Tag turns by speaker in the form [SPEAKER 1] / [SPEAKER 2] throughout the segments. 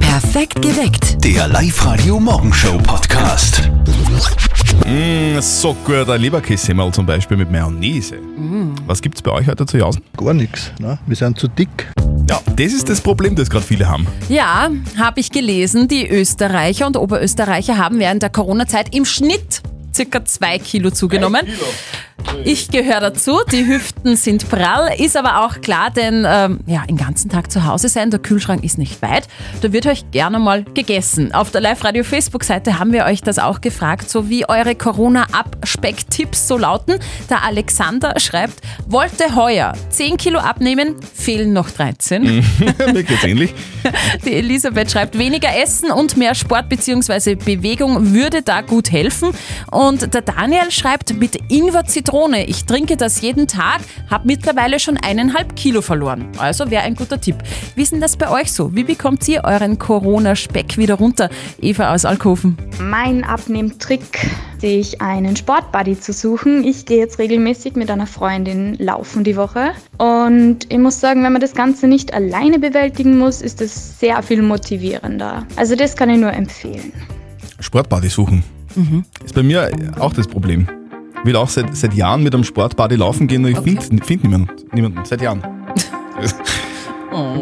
[SPEAKER 1] Perfekt geweckt.
[SPEAKER 2] Der Live-Radio Morgenshow Podcast.
[SPEAKER 3] Mm, so gut, ein Leberkässemmel zum Beispiel mit Mayonnaise. Was gibt's bei euch heute zu jausen?
[SPEAKER 4] Gar nichts. Ne? Wir sind zu dick.
[SPEAKER 3] Ja, das ist das Problem, das gerade viele haben.
[SPEAKER 1] Ja, habe ich gelesen, die Österreicher und Oberösterreicher haben während der Corona-Zeit im Schnitt circa zwei Kilo zugenommen. Ich gehöre dazu, die Hüften sind prall, ist aber auch klar, denn ähm, ja, den ganzen Tag zu Hause sein, der Kühlschrank ist nicht weit, da wird euch gerne mal gegessen. Auf der Live-Radio-Facebook-Seite haben wir euch das auch gefragt, so wie eure Corona-Abspeck-Tipps so lauten. Der Alexander schreibt, wollte heuer 10 Kilo abnehmen, fehlen noch 13.
[SPEAKER 3] Mir geht's ähnlich.
[SPEAKER 1] Die Elisabeth schreibt, weniger Essen und mehr Sport bzw. Bewegung würde da gut helfen. Und der Daniel schreibt, mit Ingwer Zitrone. Ich trinke das jeden Tag, habe mittlerweile schon eineinhalb Kilo verloren. Also wäre ein guter Tipp. Wie ist denn das bei euch so? Wie bekommt ihr euren Corona-Speck wieder runter? Eva aus Alkoven.
[SPEAKER 5] Mein Abnehmtrick, sich einen Sportbuddy zu suchen. Ich gehe jetzt regelmäßig mit einer Freundin laufen die Woche. Und ich muss sagen, wenn man das Ganze nicht alleine bewältigen muss, ist es sehr viel motivierender. Also das kann ich nur empfehlen.
[SPEAKER 3] Sportbody suchen. Ist bei mir auch das Problem. Will auch seit, seit Jahren mit einem Sportbody laufen gehen, nur ich
[SPEAKER 1] Okay.
[SPEAKER 3] finde find niemanden, niemanden. Seit Jahren.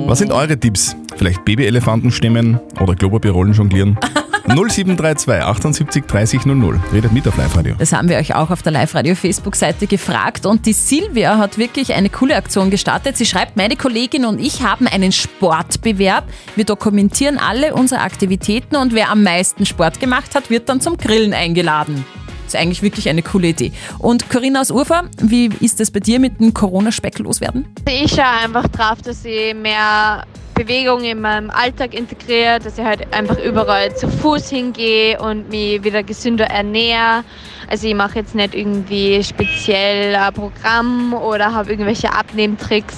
[SPEAKER 3] Was sind eure Tipps? Vielleicht Babyelefanten stemmen oder Klopapierrollen jonglieren? 0732 78 3000. Redet mit auf Live-Radio.
[SPEAKER 1] Das haben wir euch auch auf der Live-Radio-Facebook-Seite gefragt. Und die Silvia hat wirklich eine coole Aktion gestartet. Sie schreibt, meine Kollegin und ich haben einen Sportbewerb. Wir dokumentieren alle unsere Aktivitäten und wer am meisten Sport gemacht hat, wird dann zum Grillen eingeladen. Ist eigentlich wirklich eine coole Idee. Und Corinna aus Urfa, wie ist es bei dir mit dem Corona-Speck loswerden?
[SPEAKER 6] Ich schaue einfach drauf, dass ich mehr Bewegung in meinem Alltag integriere, dass ich halt einfach überall zu Fuß hingehe und mich wieder gesünder ernähre. Also ich mache jetzt nicht irgendwie speziell ein Programm oder habe irgendwelche Abnehmtricks.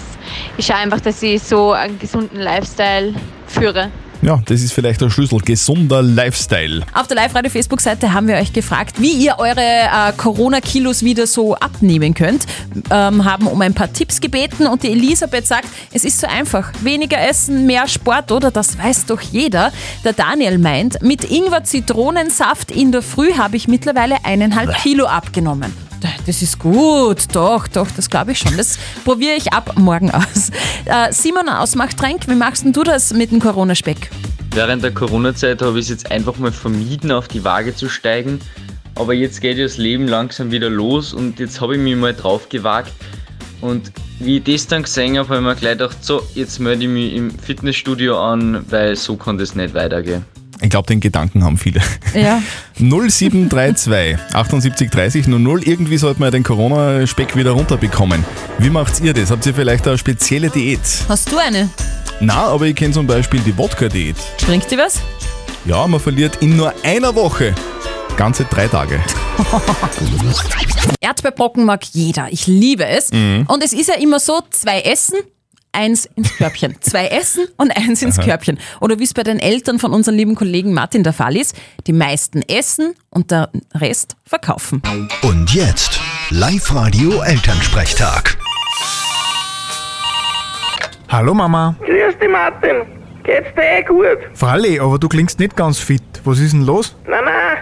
[SPEAKER 6] Ich schaue einfach, dass ich so einen gesunden Lifestyle führe.
[SPEAKER 3] Ja, das ist vielleicht der Schlüssel. Gesunder Lifestyle.
[SPEAKER 1] Auf der Live-Radio-Facebook-Seite haben wir euch gefragt, wie ihr eure äh, Corona-Kilos wieder so abnehmen könnt. Ähm, haben um ein paar Tipps gebeten und die Elisabeth sagt, es ist so einfach. Weniger essen, mehr Sport, oder? Das weiß doch jeder. Der Daniel meint, mit Ingwer-Zitronensaft in der Früh habe ich mittlerweile eineinhalb Kilo abgenommen. Das ist gut, doch, doch, das glaube ich schon. Das probiere ich ab morgen aus. Äh, Simon aus Machtrenk, wie machst denn du das mit dem Corona-Speck?
[SPEAKER 7] Während der Corona-Zeit habe ich es jetzt einfach mal vermieden, auf die Waage zu steigen. Aber jetzt geht ja das Leben langsam wieder los und jetzt habe ich mich mal drauf gewagt. Und wie ich das dann gesehen habe, habe ich mir gleich gedacht, so, jetzt melde ich mich im Fitnessstudio an, weil so kann das nicht weitergehen.
[SPEAKER 3] Ich glaube, den Gedanken haben viele.
[SPEAKER 1] Ja.
[SPEAKER 3] 0732 78 30 00. Irgendwie sollten wir den Corona-Speck wieder runterbekommen. Wie macht ihr das? Habt ihr vielleicht eine spezielle Diät?
[SPEAKER 1] Hast du eine?
[SPEAKER 3] Na, aber ich kenne zum Beispiel die Wodka-Diät.
[SPEAKER 1] Bringt dir was?
[SPEAKER 3] Ja, man verliert in nur einer Woche ganze drei Tage.
[SPEAKER 1] Erdbeerbrocken mag jeder. Ich liebe es. Und es ist ja immer so, zwei essen, eins ins Körbchen. zwei essen und eins ins Körbchen. Oder wie es bei den Eltern von unserem lieben Kollegen Martin der Fall ist, die meisten essen und der Rest verkaufen.
[SPEAKER 2] Und jetzt Live-Radio Elternsprechtag.
[SPEAKER 8] Hallo Mama.
[SPEAKER 9] Grüß dich, Martin. Geht's dir eh gut?
[SPEAKER 8] Fralli, aber du klingst nicht ganz fit. Was ist denn los?
[SPEAKER 9] Nein, nein,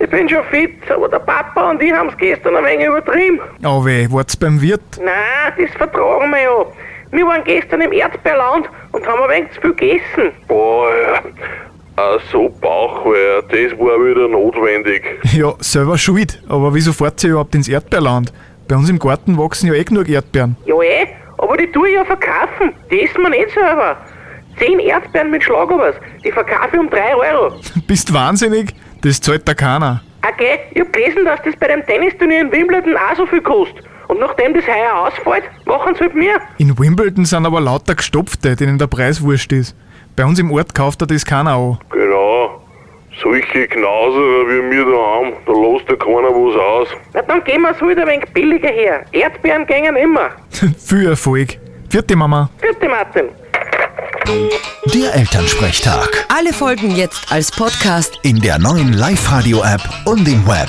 [SPEAKER 9] ich bin schon fit, aber der Papa und ich haben's gestern ein wenig übertrieben.
[SPEAKER 8] Oh weh, wart's beim Wirt.
[SPEAKER 9] Nein, das vertragen wir ja. Wir waren gestern im Erdbeerland und haben ein wenig zu viel gegessen.
[SPEAKER 10] Boah, ja. so Bauchweh, das war wieder notwendig.
[SPEAKER 8] Ja, selber schuld. Aber wieso fahrt ihr überhaupt ins Erdbeerland? Bei uns im Garten wachsen ja eh genug Erdbeeren.
[SPEAKER 9] Ja, eh, aber die tue ich ja verkaufen. Die essen wir nicht selber. Zehn Erdbeeren mit Schlagobers, die verkaufe ich um drei Euro.
[SPEAKER 8] Bist wahnsinnig? Das zahlt da keiner.
[SPEAKER 9] Okay, ich hab gelesen, dass das bei dem Tennisturnier in Wimbledon auch so viel kostet. Und nachdem das heuer ausfällt, machen's halt mir.
[SPEAKER 8] In Wimbledon sind aber lauter Gestopfte, denen der Preis wurscht ist. Bei uns im Ort kauft er das keiner an.
[SPEAKER 10] Genau. Solche Knauserer wie wir da haben, da lässt ja keiner was aus.
[SPEAKER 9] Na, dann gehen wir's halt ein wenig billiger her. Erdbeeren gängen immer.
[SPEAKER 8] Viel Erfolg. Vierte Mama.
[SPEAKER 9] Bitte, Martin.
[SPEAKER 2] Der Elternsprechtag.
[SPEAKER 11] Alle Folgen jetzt als Podcast.
[SPEAKER 2] In der neuen Live-Radio-App und im Web.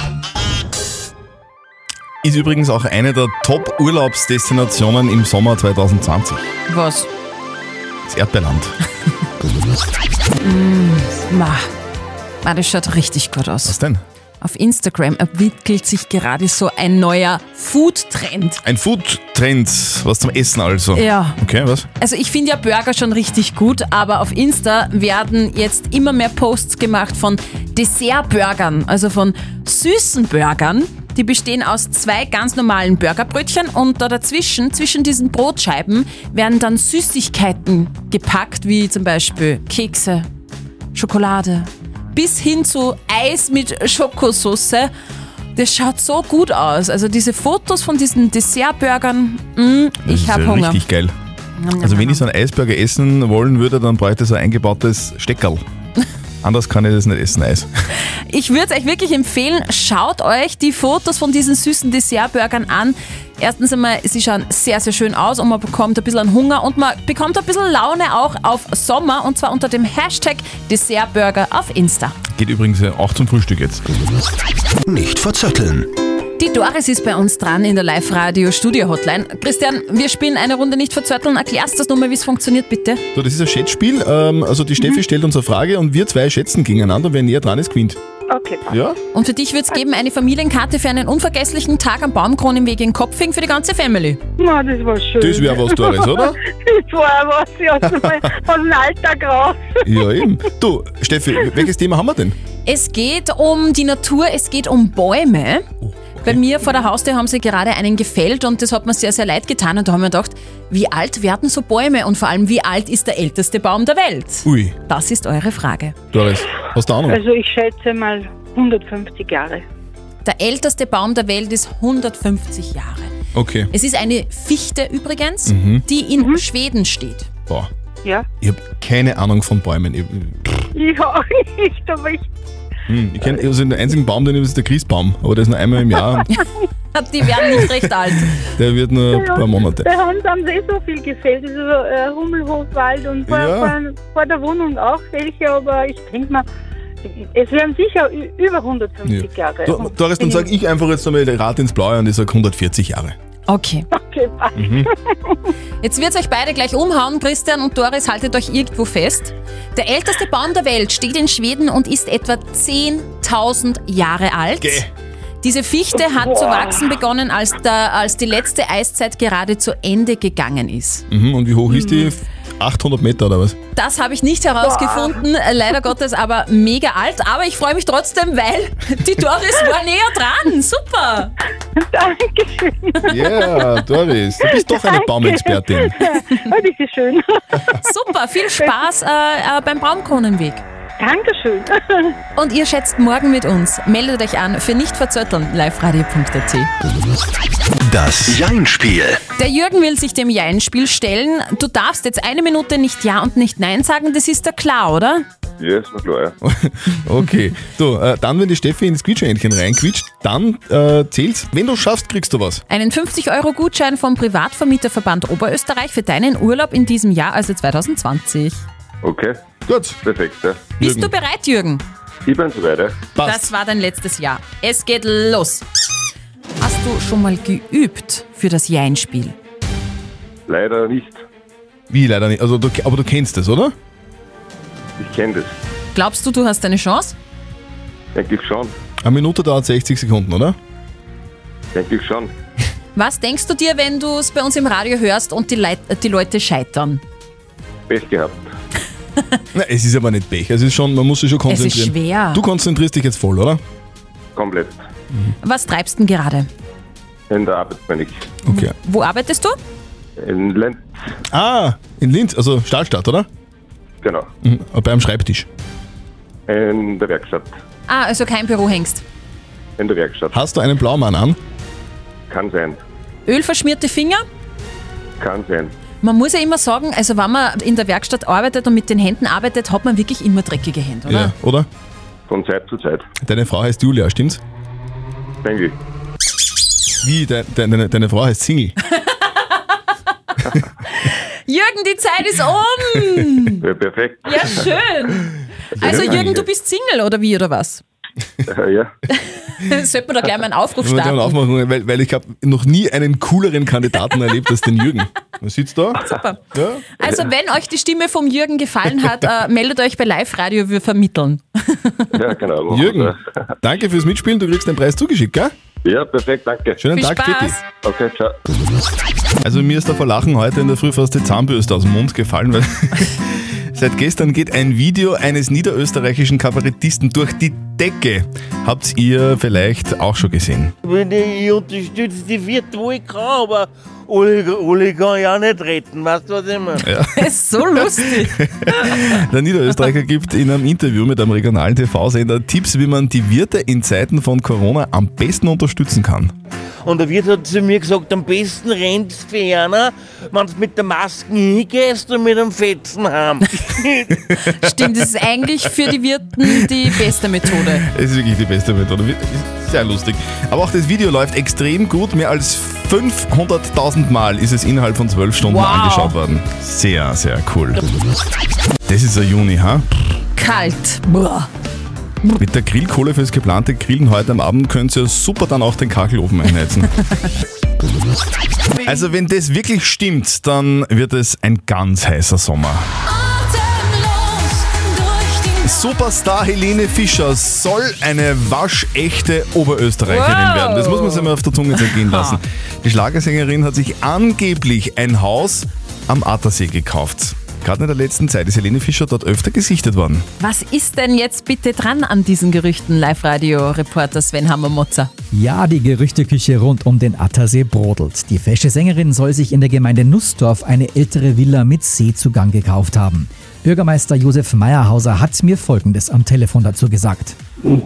[SPEAKER 3] Ist übrigens auch eine der Top-Urlaubsdestinationen im Sommer 2020.
[SPEAKER 1] Was?
[SPEAKER 3] Das Erdbeerland.
[SPEAKER 1] Ma, ma, das schaut richtig gut aus. Was
[SPEAKER 3] denn?
[SPEAKER 1] Auf Instagram entwickelt sich gerade so ein neuer Food-Trend.
[SPEAKER 3] Ein Food-Trend, was zum Essen also.
[SPEAKER 1] Ja.
[SPEAKER 3] Okay, was?
[SPEAKER 1] Also ich finde ja Burger schon richtig gut, aber auf Insta werden jetzt immer mehr Posts gemacht von Dessert-Burgern, also von süßen Burgern. Die bestehen aus zwei ganz normalen Burgerbrötchen und da dazwischen, zwischen diesen Brotscheiben, werden dann Süßigkeiten gepackt, wie zum Beispiel Kekse, Schokolade, bis hin zu Eis mit Schokosauce. Das schaut so gut aus. Also diese Fotos von diesen Dessertburgern, mm, ich
[SPEAKER 3] Das ist
[SPEAKER 1] habe
[SPEAKER 3] ja
[SPEAKER 1] Hunger.
[SPEAKER 3] Richtig geil.
[SPEAKER 1] Nom,
[SPEAKER 3] Also
[SPEAKER 1] nom,
[SPEAKER 3] wenn ich so einen Eisburger essen wollen würde, dann bräuchte ich so ein eingebautes Steckerl. Anders kann ich das nicht essen, Eis.
[SPEAKER 1] Ich würde es euch wirklich empfehlen, schaut euch die Fotos von diesen süßen Dessertburgern an. Erstens einmal, sie schauen sehr, sehr schön aus und man bekommt ein bisschen einen Hunger und man bekommt ein bisschen Laune auch auf Sommer und zwar unter dem Hashtag Dessertburger auf Insta.
[SPEAKER 3] Geht übrigens äh, auch zum Frühstück jetzt.
[SPEAKER 2] Nicht verzetteln.
[SPEAKER 1] Die Doris ist bei uns dran in der Live-Radio-Studio-Hotline. Christian, wir spielen eine Runde nicht verzörteln. Erklärst das nochmal, wie es funktioniert, bitte?
[SPEAKER 3] So, das ist ein Schätzspiel. Ähm, also die
[SPEAKER 12] Mhm.
[SPEAKER 3] Steffi stellt uns eine Frage und wir zwei schätzen gegeneinander. Wer näher dran ist, gewinnt.
[SPEAKER 1] Okay.
[SPEAKER 3] Ja?
[SPEAKER 1] Und für dich wird es geben eine Familienkarte für einen unvergesslichen Tag am Baumkronenweg in Kopfing für die ganze Family.
[SPEAKER 12] Na, das war schön.
[SPEAKER 3] Das wär was, Doris, oder?
[SPEAKER 12] das war was, ja, so mal aus dem Alltag raus.
[SPEAKER 3] Ja, eben. Du, Steffi, welches Thema haben wir denn?
[SPEAKER 1] Es geht um die Natur, es geht um Bäume. Bei mir vor der Haustür haben sie gerade einen gefällt und das hat mir sehr, sehr leid getan. Und da haben wir gedacht, wie alt werden so Bäume und vor allem, wie alt ist der älteste Baum der Welt?
[SPEAKER 3] Ui,
[SPEAKER 1] Das ist eure Frage.
[SPEAKER 3] Doris, hast du Ahnung?
[SPEAKER 12] Also ich schätze mal 150 Jahre.
[SPEAKER 1] Der älteste Baum der Welt ist 150 Jahre.
[SPEAKER 3] Okay.
[SPEAKER 1] Es ist eine Fichte übrigens,
[SPEAKER 3] Mhm.
[SPEAKER 1] die in Schweden steht.
[SPEAKER 3] Boah,
[SPEAKER 12] Ja.
[SPEAKER 3] ich habe keine Ahnung von Bäumen. Ich,
[SPEAKER 12] Ja, nicht, aber ich.
[SPEAKER 3] hm, ich kenne also den einzigen Baum, den ich weiß, ist der Christbaum. Aber der ist nur einmal im Jahr. und
[SPEAKER 1] Die werden nicht recht alt.
[SPEAKER 3] Der wird nur ein
[SPEAKER 12] Ja,
[SPEAKER 3] paar Monate.
[SPEAKER 12] Bei uns haben sie eh so viel gefällt. Also äh, Hummelhofwald und vor,
[SPEAKER 3] Ja.
[SPEAKER 12] vor, vor der Wohnung auch welche, aber ich denke mal, es werden sicher ü- über 150
[SPEAKER 3] Ja.
[SPEAKER 12] Jahre.
[SPEAKER 3] Du, Doris, dann sage ich einfach jetzt einmal Äh, den Rat ins Blaue und ich sage 140 Jahre.
[SPEAKER 1] Okay.
[SPEAKER 12] Okay, passt.
[SPEAKER 3] Mhm.
[SPEAKER 1] Jetzt wird es euch beide gleich umhauen, Christian und Doris, haltet euch irgendwo fest. Der älteste Baum der Welt steht in Schweden und ist etwa 10.000 Jahre alt. Diese Fichte hat zu
[SPEAKER 3] Boah.
[SPEAKER 1] wachsen begonnen, als, der, als die letzte Eiszeit gerade zu Ende gegangen ist.
[SPEAKER 3] Mhm, und wie hoch ist die? 800 Meter oder was?
[SPEAKER 1] Das habe ich nicht herausgefunden, äh, leider Gottes, aber mega alt. Aber ich freue mich trotzdem, weil die Doris war näher dran. Super!
[SPEAKER 3] Ja, yeah, Doris, du bist doch eine Baumexpertin.
[SPEAKER 12] Oh, das ist schön.
[SPEAKER 1] Super, viel Spaß äh, äh, beim Baumkronenweg.
[SPEAKER 12] Dankeschön.
[SPEAKER 1] Und ihr schätzt morgen mit uns. Meldet euch an für nicht verzötteln liveradio.at.
[SPEAKER 2] Das Jein-Spiel.
[SPEAKER 1] Der Jürgen will sich dem Jein-Spiel stellen. Du darfst jetzt eine Minute nicht Ja und nicht Nein sagen, das ist ja klar, oder?
[SPEAKER 3] Ja, ist mir klar, ja. Okay, so, äh, dann, wenn die Steffi ins Quietschhähnchen reinquietscht, dann äh, zählt's. Wenn du schaffst, kriegst du was.
[SPEAKER 1] Einen 50-Euro-Gutschein vom Privatvermieterverband Oberösterreich für deinen Urlaub in diesem Jahr, also 2020.
[SPEAKER 13] Okay.
[SPEAKER 3] Gut.
[SPEAKER 13] Perfekt, ja.
[SPEAKER 1] Bist du bereit, Jürgen?
[SPEAKER 13] Ich bin soweit, ja.
[SPEAKER 1] Das war dein letztes Jahr. Es geht los. Hast du schon mal geübt für das Jein-Spiel?
[SPEAKER 13] Leider nicht.
[SPEAKER 3] Wie leider nicht. Also, du, aber du kennst das, oder?
[SPEAKER 13] Ich kenne das.
[SPEAKER 1] Glaubst du, du hast eine Chance?
[SPEAKER 13] Denke ich schon.
[SPEAKER 3] Eine Minute dauert 60 Sekunden, oder?
[SPEAKER 13] Denke ich schon.
[SPEAKER 1] Was denkst du dir, wenn du es bei uns im Radio hörst und die, Leit äh, die Leute scheitern?
[SPEAKER 13] Pech gehabt.
[SPEAKER 3] Nein, es ist aber nicht Pech. Es ist schon, man muss sich schon
[SPEAKER 1] Es ist
[SPEAKER 3] konzentrieren.
[SPEAKER 1] schwer.
[SPEAKER 3] Du konzentrierst dich jetzt voll, oder?
[SPEAKER 13] Komplett.
[SPEAKER 1] Was treibst denn gerade?
[SPEAKER 13] In der Arbeit bin ich.
[SPEAKER 3] Okay.
[SPEAKER 1] Wo arbeitest du?
[SPEAKER 13] In Lenz.
[SPEAKER 3] Ah, in Linz, also Stahlstadt, oder?
[SPEAKER 13] Genau.
[SPEAKER 3] Mhm, beim Schreibtisch.
[SPEAKER 13] In der Werkstatt.
[SPEAKER 1] Ah, also kein Büro hängst.
[SPEAKER 13] In der Werkstatt.
[SPEAKER 3] Hast du einen Blaumann an?
[SPEAKER 13] Kann sein.
[SPEAKER 1] Ölverschmierte Finger?
[SPEAKER 13] Kann sein.
[SPEAKER 1] Man muss ja immer sagen, also wenn man in der Werkstatt arbeitet und mit den Händen arbeitet, hat man wirklich immer dreckige Hände, oder?
[SPEAKER 3] Ja, oder?
[SPEAKER 13] Von Zeit zu Zeit.
[SPEAKER 3] Deine Frau heißt Julia, stimmt's?
[SPEAKER 13] Denke ich.
[SPEAKER 3] Wie? De, de, deine, deine Frau heißt Single.
[SPEAKER 1] Jürgen, die Zeit ist um!
[SPEAKER 13] Ja, perfekt.
[SPEAKER 1] ja, schön. Also Jürgen, du bist Single oder wie oder was?
[SPEAKER 13] Äh, ja.
[SPEAKER 1] Sollte man da gleich mal einen Aufruf
[SPEAKER 3] Wenn wir den
[SPEAKER 1] starten.
[SPEAKER 3] aufmachen, weil, weil ich habe noch nie einen cooleren Kandidaten erlebt als den Jürgen. Man sitzt da. Super. Ja.
[SPEAKER 1] Also, wenn euch die Stimme vom Jürgen gefallen hat, äh, meldet euch bei Live Radio, wir vermitteln.
[SPEAKER 13] Ja, genau.
[SPEAKER 3] Jürgen, danke fürs Mitspielen. Du kriegst den Preis zugeschickt, gell?
[SPEAKER 13] Ja, perfekt, danke.
[SPEAKER 3] Schönen
[SPEAKER 1] Viel
[SPEAKER 3] Tag,
[SPEAKER 1] Spaß.
[SPEAKER 3] Fitti.
[SPEAKER 13] Okay, ciao.
[SPEAKER 3] Also mir ist da vor Lachen heute in der Früh fast die Zahnbürste aus dem Mund gefallen, weil seit gestern geht ein Video eines niederösterreichischen Kabarettisten durch die Decke. Habt ihr vielleicht auch schon gesehen?
[SPEAKER 14] Wenn ich, ich unterstütze die Wirte, wo ich kann, aber alle, alle kann ich auch nicht retten, weißt du, was ich meine?
[SPEAKER 3] Ja.
[SPEAKER 1] Ist so lustig.
[SPEAKER 3] Der Niederösterreicher gibt in einem Interview mit einem regionalen TV-Sender Tipps, wie man die Wirte in Zeiten von Corona am besten unterstützen kann.
[SPEAKER 14] Und der Wirt hat zu mir gesagt, am besten rennst für einer, wenn du mit der Maske hingehst und mit einem Fetzen heim.
[SPEAKER 1] Stimmt, das ist eigentlich für die Wirten die beste Methode.
[SPEAKER 3] Es ist wirklich die beste Methode. Ist Sehr lustig. Aber auch das Video läuft extrem gut. Mehr als 500.000 Mal ist es innerhalb von 12 Stunden
[SPEAKER 1] Wow.
[SPEAKER 3] angeschaut worden. Sehr, sehr cool. Das ist ein Juni, ha?
[SPEAKER 1] Kalt. Boah.
[SPEAKER 3] Mit der Grillkohle fürs geplante Grillen heute am Abend könnt ihr super dann auch den Kachelofen einheizen. Also wenn das wirklich stimmt, dann wird es ein ganz heißer Sommer. Superstar Helene Fischer soll eine waschechte Oberösterreicherin
[SPEAKER 15] Wow.
[SPEAKER 3] werden. Das muss man sich mal auf der Zunge zergehen lassen. Die Schlagersängerin hat sich angeblich ein Haus am Attersee gekauft. Gerade in der letzten Zeit ist Helene Fischer dort öfter gesichtet worden.
[SPEAKER 1] Was ist denn jetzt bitte dran an diesen Gerüchten, Live-Radio-Reporter Sven Hammermotzer?
[SPEAKER 16] Ja, die Gerüchteküche rund um den Attersee brodelt. Die fesche Sängerin soll sich in der Gemeinde Nussdorf eine ältere Villa mit Seezugang gekauft haben. Bürgermeister Josef Meierhauser hat mir Folgendes am Telefon dazu gesagt.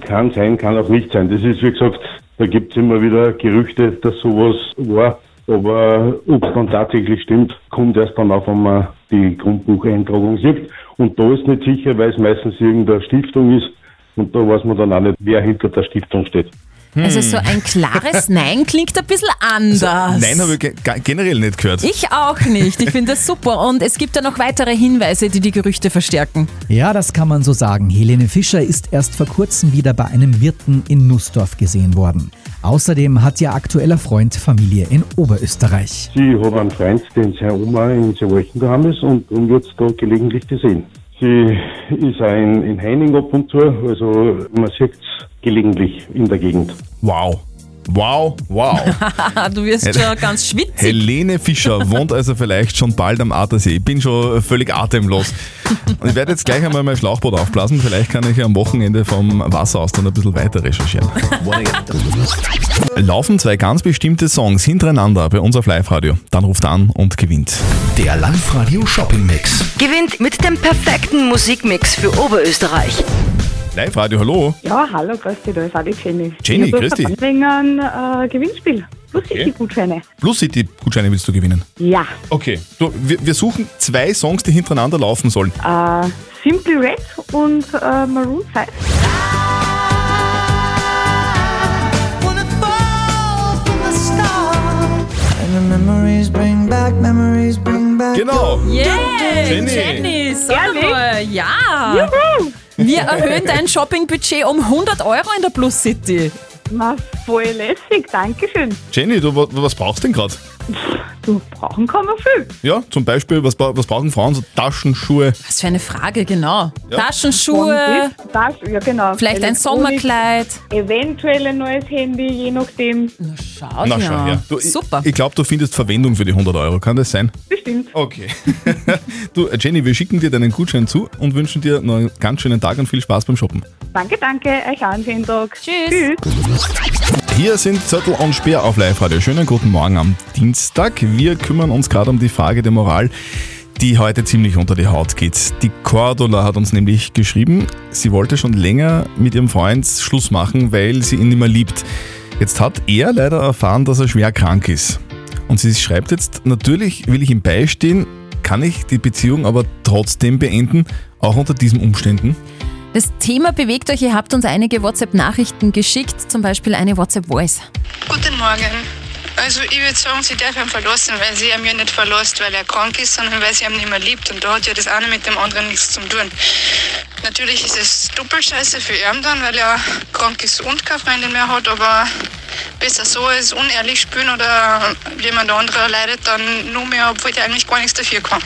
[SPEAKER 13] Kann sein, kann auch nicht sein. Das ist, wie gesagt, da gibt es immer wieder Gerüchte, dass sowas war. Aber ob es dann tatsächlich stimmt, kommt erst dann auf, wenn man die Grundbucheintragung sieht. Und da ist nicht sicher, weil es meistens irgendeine Stiftung ist. Und da weiß man dann auch nicht, wer hinter der Stiftung steht.
[SPEAKER 1] Also so ein klares Nein klingt ein bisschen anders.
[SPEAKER 3] Nein, habe ich ge- ge- generell nicht gehört.
[SPEAKER 1] ich auch nicht. Ich finde das super. Und es gibt ja noch weitere Hinweise, die die Gerüchte verstärken.
[SPEAKER 16] Ja, Ah, das kann man so sagen. Helene Fischer ist erst vor kurzem wieder bei einem Wirten in Nussdorf gesehen worden. Außerdem hat ihr aktueller Freund Familie in Oberösterreich.
[SPEAKER 13] Sie hat einen Freund, den seine Oma in Seewolchen daheim ist und darum wird da gelegentlich gesehen. Sie ist auch in, in Heining ab und zu, also man sieht es gelegentlich in der Gegend.
[SPEAKER 3] Wow. Wow, wow.
[SPEAKER 1] du wirst schon ganz schwitzig.
[SPEAKER 3] Helene Fischer wohnt also vielleicht schon bald am Attersee. Ich bin schon völlig atemlos. Und ich werde jetzt gleich einmal mein Schlauchboot aufblasen. Vielleicht kann ich ja am Wochenende vom Wasser aus dann ein bisschen weiter recherchieren. Laufen zwei ganz bestimmte Songs hintereinander bei uns auf Live-Radio. Dann ruft an und gewinnt. Der Live-Radio Shopping Mix.
[SPEAKER 11] Gewinnt mit dem perfekten Musikmix für Oberösterreich.
[SPEAKER 3] Live-Radio, hallo.
[SPEAKER 12] Ja, hallo, grüß dich, da ist auch die Jenny.
[SPEAKER 3] Jenny,
[SPEAKER 12] ich hab
[SPEAKER 3] grüß dich.
[SPEAKER 12] ein Wegen ein äh, Gewinnspiel. Plus okay. die Gutscheine.
[SPEAKER 3] Plus City-Gutscheine willst du gewinnen.
[SPEAKER 12] Ja.
[SPEAKER 3] Okay, du, wir, wir suchen zwei Songs, die hintereinander laufen sollen.
[SPEAKER 12] Äh, Simply Red und äh, Maroon 5.
[SPEAKER 3] Genau.
[SPEAKER 1] Yeah, Jenny, sag mal, ja. Wir erhöhen dein Shoppingbudget um 100 Euro in der Plus City.
[SPEAKER 12] Na, voll lässig, Dankeschön.
[SPEAKER 3] Jenny, du, wa- was brauchst du denn gerade?
[SPEAKER 12] Du brauchen kann man viel.
[SPEAKER 3] Ja, zum Beispiel, was, bra- was brauchen Frauen? So Taschenschuhe.
[SPEAKER 1] Was für eine Frage, genau.
[SPEAKER 3] Ja.
[SPEAKER 1] Taschenschuhe,
[SPEAKER 12] Und das, ja, genau.
[SPEAKER 1] vielleicht ein
[SPEAKER 12] Elektronik,
[SPEAKER 1] Sommerkleid.
[SPEAKER 12] Eventuell ein neues Handy, je nachdem.
[SPEAKER 1] Na, schau
[SPEAKER 3] Na, schau her. Du, Super. Ich, ich glaube, du findest Verwendung für die 100 Euro. Kann das sein?
[SPEAKER 12] Bestimmt.
[SPEAKER 3] Okay. Du, äh, Jenny, wir schicken dir deinen Gutschein zu und wünschen dir noch einen ganz schönen Tag und viel Spaß beim Shoppen.
[SPEAKER 12] Danke, danke. Euch auch einen schönen Tag. Tschüss.
[SPEAKER 3] Hier sind Zettel und Speer auf Live-Radio. Schönen guten Morgen am Dienstag. Wir kümmern uns gerade um die Frage der Moral, die heute ziemlich unter die Haut geht. Die Cordula hat uns nämlich geschrieben, sie wollte schon länger mit ihrem Freund Schluss machen, weil sie ihn nicht mehr liebt. Jetzt hat er leider erfahren, dass er schwer krank ist. Und sie schreibt jetzt, natürlich will ich ihm beistehen, kann ich die Beziehung aber trotzdem beenden, auch unter diesen Umständen.
[SPEAKER 1] Das Thema bewegt euch. Ihr habt uns einige WhatsApp-Nachrichten geschickt, zum Beispiel eine WhatsApp-Voice.
[SPEAKER 17] Guten Morgen.
[SPEAKER 6] Also ich würde sagen, sie darf ihn verlassen, weil sie ihn ja nicht verlässt, weil er krank ist, sondern weil sie ihn nicht mehr liebt. Und da hat ja das eine mit dem anderen nichts zu tun. Natürlich ist es doppelt scheiße für ihn dann, weil er krank ist und keine Freundin mehr hat, aber besser so als unehrlich spielen oder jemand anderer leidet dann nur mehr, obwohl der eigentlich gar nichts dafür kann.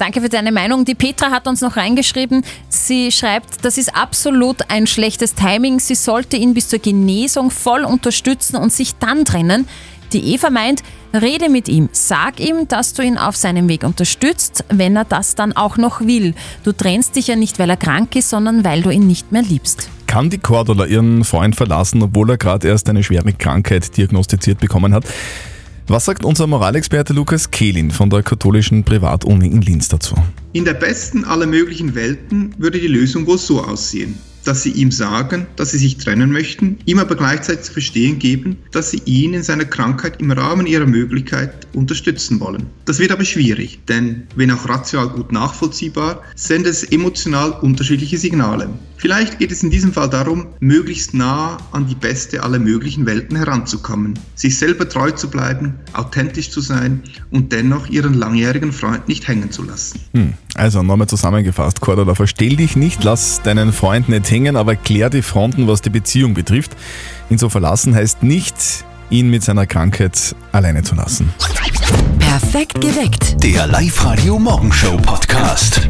[SPEAKER 1] Danke für deine Meinung. Die Petra hat uns noch reingeschrieben. Sie schreibt, das ist absolut ein schlechtes Timing. Sie sollte ihn bis zur Genesung voll unterstützen und sich dann trennen. Die Eva meint, rede mit ihm, sag ihm, dass du ihn auf seinem Weg unterstützt, wenn er das dann auch noch will. Du trennst dich ja nicht, weil er krank ist, sondern weil du ihn nicht mehr liebst.
[SPEAKER 3] Kann die Cordula ihren Freund verlassen, obwohl er gerade erst eine schwere Krankheit diagnostiziert bekommen hat? Was sagt unser Moralexperte Lukas Kehlin von der katholischen Privatuni in Linz dazu?
[SPEAKER 9] In der besten aller möglichen Welten würde die Lösung wohl so aussehen, dass sie ihm sagen, dass sie sich trennen möchten, ihm aber gleichzeitig zu verstehen geben, dass sie ihn in seiner Krankheit im Rahmen ihrer Möglichkeit unterstützen wollen. Das wird aber schwierig, denn wenn auch rational gut nachvollziehbar, sendet es emotional unterschiedliche Signale. Vielleicht geht es in diesem Fall darum, möglichst nah an die beste aller möglichen Welten heranzukommen, sich selber treu zu bleiben, authentisch zu sein und dennoch ihren langjährigen Freund nicht hängen zu lassen.
[SPEAKER 3] Hm. Also nochmal zusammengefasst, Cordula, verstell dich nicht, lass deinen Freund nicht hängen, aber klär die Fronten, was die Beziehung betrifft. Ihn so verlassen heißt nicht, ihn mit seiner Krankheit alleine zu lassen.
[SPEAKER 18] Perfekt geweckt.
[SPEAKER 2] Der Live-Radio Morgenshow Podcast.